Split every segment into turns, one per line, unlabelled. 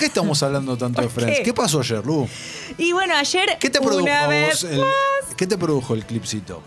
qué estamos hablando tanto de
¿Por
Friends?
qué?
¿Qué pasó ayer, Lu?
Y bueno, ayer.
¿Qué te produjo
una
a
vez
vos eh? el- ¿Qué te produjo el clipcito?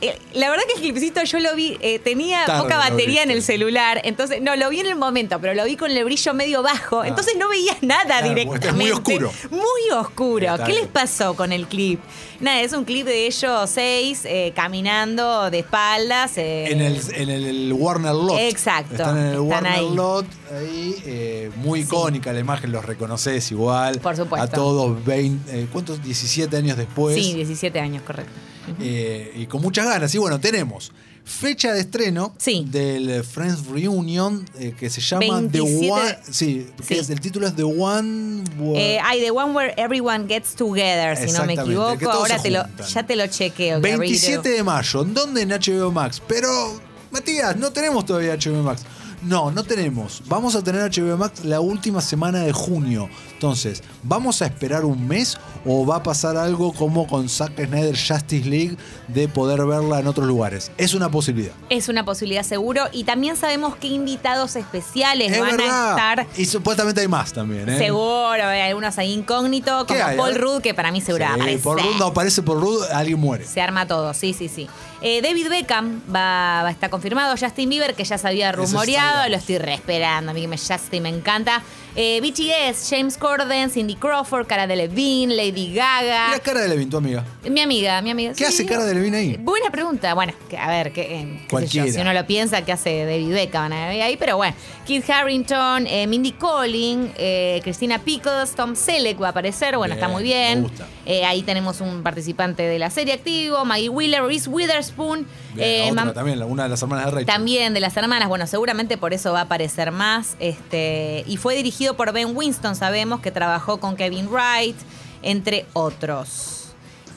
Eh, La verdad que el clipcito yo lo vi, eh, tenía
Tarde
poca
lo
batería en
viste.
el celular, entonces, no, lo vi en el momento, pero lo vi con el brillo medio bajo, entonces no veía nada
Claro, porque
directamente.
es Ah. muy oscuro.
Muy oscuro.
Está
¿Qué
bien.
les pasó con el clip? Nada, es un clip de ellos seis eh, caminando de espaldas. eh,
En el, en el Warner Lot.
Exacto,
Están en el
están
Warner
ahí.
Lot, ahí, eh, muy icónica la imagen, los reconoces igual.
Por supuesto.
A todos, 20, eh, ¿cuántos? 17 años después.
Sí, 17 años, correcto.
Eh, y con muchas ganas. Y bueno, tenemos fecha de estreno
Sí.
del Friends Reunion eh, que se llama
27
The One. Sí, que
Sí.
es- el título es The One World.
Eh, ay, The One Where Everyone Gets Together, si no me
Exactamente, que
equivoco.
todos
Ahora
se
te lo,
juntan.
ya te lo chequeo. Garrido.
27 de mayo. ¿En dónde? En HBO Max. Pero, Matías, no tenemos todavía HBO Max. No, no tenemos. Vamos a tener HBO Max la última semana de junio. Entonces, ¿vamos a esperar un mes o va a pasar algo como con Zack Snyder Justice League de poder verla en otros lugares? Es una posibilidad.
Es una posibilidad seguro. Y también sabemos qué invitados especiales
es
van
verdad.
a estar.
Y supuestamente hay más también, ¿eh?
Seguro, hay algunos ahí incógnitos,
¿Qué
como
hay?
Paul Rudd, que para mí seguro va a
Sí,
aparecer.
por Rudd no aparece por Rudd, alguien muere.
Se arma todo, sí, sí, sí. Eh, David Beckham va, va- está confirmado, Justin Bieber, que ya se había rumoreado,
sabíamos.
lo estoy re esperando, a mí que me Justin me encanta. Eh, BTS, James Corden, Cindy Crawford, Cara Delevingne, Lady Gaga.
Mira cara de Levin, tu amiga.
Mi amiga, mi amiga.
¿Qué hace Cara Delevingne ahí?
Buena pregunta. Bueno, que- a ver, que, eh, qué sé
Cualquiera.
yo, si uno lo piensa, ¿qué hace David Beckham eh, ahí? Pero bueno, Keith Harrington, eh, Mindy Colling, eh, Christina Pickles, Tom Selleck va a aparecer. Bueno, está
Bien,
muy
me
bien.
gusta.
Eh, ahí tenemos un participante de la serie activo, Maggie Wheeler, Reese Witherspoon.
Bien,
eh,
la otra
mam-
también, la- una de las hermanas de Rachel.
también de las hermanas, bueno, seguramente por eso va a aparecer más. Este, y fue dirigido por Ben Winston, sabemos, que trabajó con Kevin Wright, entre otros.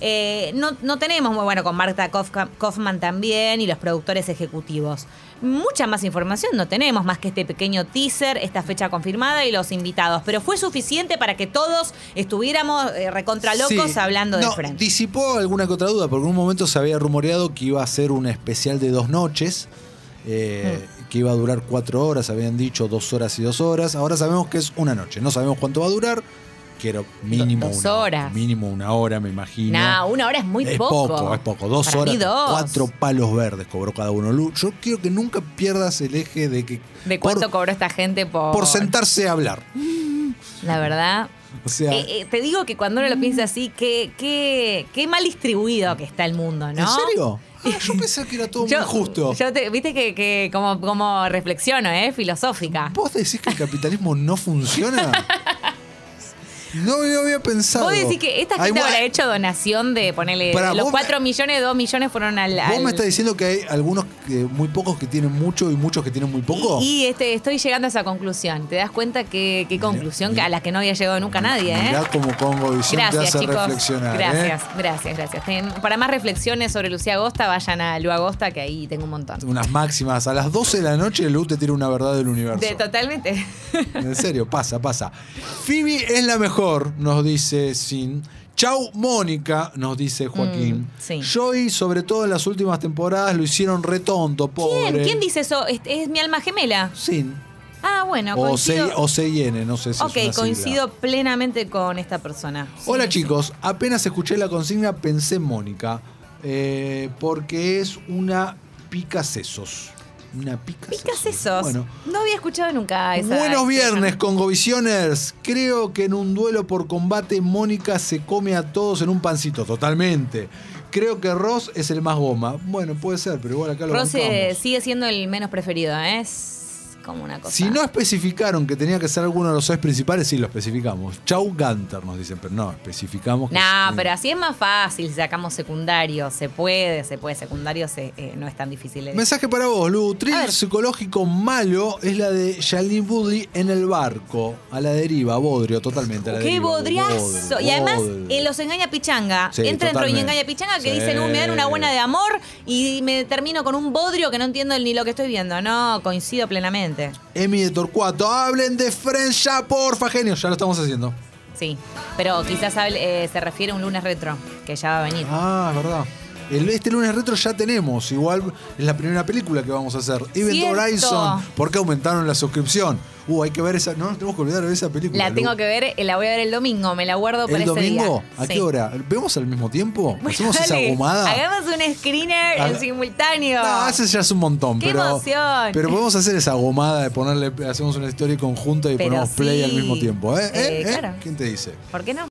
Eh, no, no tenemos, muy bueno, con Marta Kaufka- Kaufman también y los productores ejecutivos. Mucha más información no tenemos, más que este pequeño teaser, esta fecha confirmada y los invitados. Pero fue suficiente para que todos estuviéramos eh, recontra locos
Sí.
hablando de
No,
Friends.
Disipó alguna que otra duda, porque en un momento se había rumoreado que iba a ser un especial de dos noches, eh,
Hmm.
que iba a durar cuatro horas, habían dicho dos horas y dos horas. Ahora sabemos que es una noche, no sabemos cuánto va a durar. Quiero mínimo
dos
una hora,
horas.
Mínimo una hora, me imagino.
No, una hora es muy
es
poco.
Es poco. Dos
Para
horas,
mí dos.
cuatro palos verdes cobró cada uno. Lu, yo quiero que nunca pierdas el eje de que.
¿De cuánto
por,
cobró esta gente por,
por sentarse a hablar.
La verdad.
O sea.
Eh, eh, te digo que cuando uno lo piensa así, qué, qué, qué mal distribuido que está el mundo, eh, ¿no?
¿En serio? Ah, yo pensé que era todo muy justo.
Yo te- Viste que, que como, como reflexiono, ¿eh? Filosófica.
¿Vos decís que el capitalismo no funciona? No lo había pensado.
Vos decís que esta
Hay
gente
mu-
habrá hecho donación de, ponele,
Pará,
de los
vos-
4 millones, 2 millones fueron al...
¿Vos
al-
me estás diciendo que hay algunos, que- muy pocos que tienen mucho y muchos que tienen muy poco?
Y, y este, estoy llegando a esa conclusión. ¿Te das cuenta que, qué conclusión
mirá.
a la que no había llegado nunca nadie, eh?
Mirá cómo Congo Visión te hace
Gracias, chicos.
reflexionar. ¿eh?
gracias, gracias, gracias. Ten- Para más reflexiones sobre Lucía Agosta, vayan a Lu Agosta, que ahí tengo un montón.
Unas máximas. A las 12 de la noche, Lu te tira una verdad del universo.
De, totalmente.
En serio, pasa, pasa. Phoebe es la mejor, nos dice Sin. Chau, Mónica, nos dice Joaquín.
Mm, sí.
Joey, sobre todo en las últimas temporadas, lo hicieron retonto, pobre.
¿Quién, ¿Quién dice eso? ¿Es, es mi alma gemela?
Sin.
Ah, bueno,
o,
coincido.
C- o CIN, no sé si es una
ok,
sigla.
coincido plenamente con esta persona.
Hola
Sí,
chicos, apenas escuché la consigna pensé en Mónica, eh, porque es una pica sesos. Una pica
sí. ¿Picas
sesos.
esos?
Bueno.
No había escuchado nunca esa.
Buenos
expresión.
viernes, Congovisioners. Creo que en un duelo por combate, Mónica se come a todos en un pancito, totalmente. Creo que Ross es el más goma. Bueno, puede ser, pero igual acá lo
Ross eh,
bancamos.
sigue siendo el menos preferido, ¿eh? es como una cosa.
Si no especificaron que tenía que ser alguno de los seis principales, sí lo especificamos. Chau Gunter nos dicen, pero no, especificamos que
No,
sí.
pero así es más fácil, sacamos secundario, se puede, se puede, secundario se- eh, no es tan difícil. de-
Mensaje para vos, Lu.
A
Thriller
ver.
psicológico malo es la de Shailene Woodley en el barco, a la deriva, bodrio, totalmente. A la
¡Qué
deriva,
bodriazo!
bodrio,
Y además
bodrio.
eh, los engaña pichanga.
Sí,
Entra dentro y
totalmente.
engaña pichanga que
Sí.
dicen, "Uh, me dan una buena de amor y me termino con un bodrio que no entiendo ni lo que estoy viendo. No, coincido plenamente.
Emi de Torcuato, hablen de Friends ya, porfa, genio. Ya lo estamos haciendo.
Sí, pero quizás hable- eh, se refiere a un lunes retro, que ya va a venir.
Ah, es verdad. El, este lunes retro ya tenemos. Igual es la primera película que vamos a hacer. Event
Cierto.
Horizon. ¿Por qué aumentaron la suscripción? Uh, hay que ver esa. No nos tenemos que olvidar de ver esa película.
La tengo que ver, eh, la voy a ver el domingo, me la guardo para
¿El
ese día.
domingo? ¿A
Sí.
qué hora? ¿Vemos al mismo tiempo?
Bueno,
¿Hacemos
dale,
esa gomada?
Hagamos un screener
Haga-
en simultáneo.
No, ese ya es un montón,
¡Qué
pero.
emoción!
Pero podemos hacer esa gomada de ponerle. Hacemos una historia conjunta y
Pero
ponemos play
sí.
al mismo tiempo. ¿eh? ¿Eh?
Eh,
¿Eh?
claro.
¿Quién te dice?
¿Por qué no?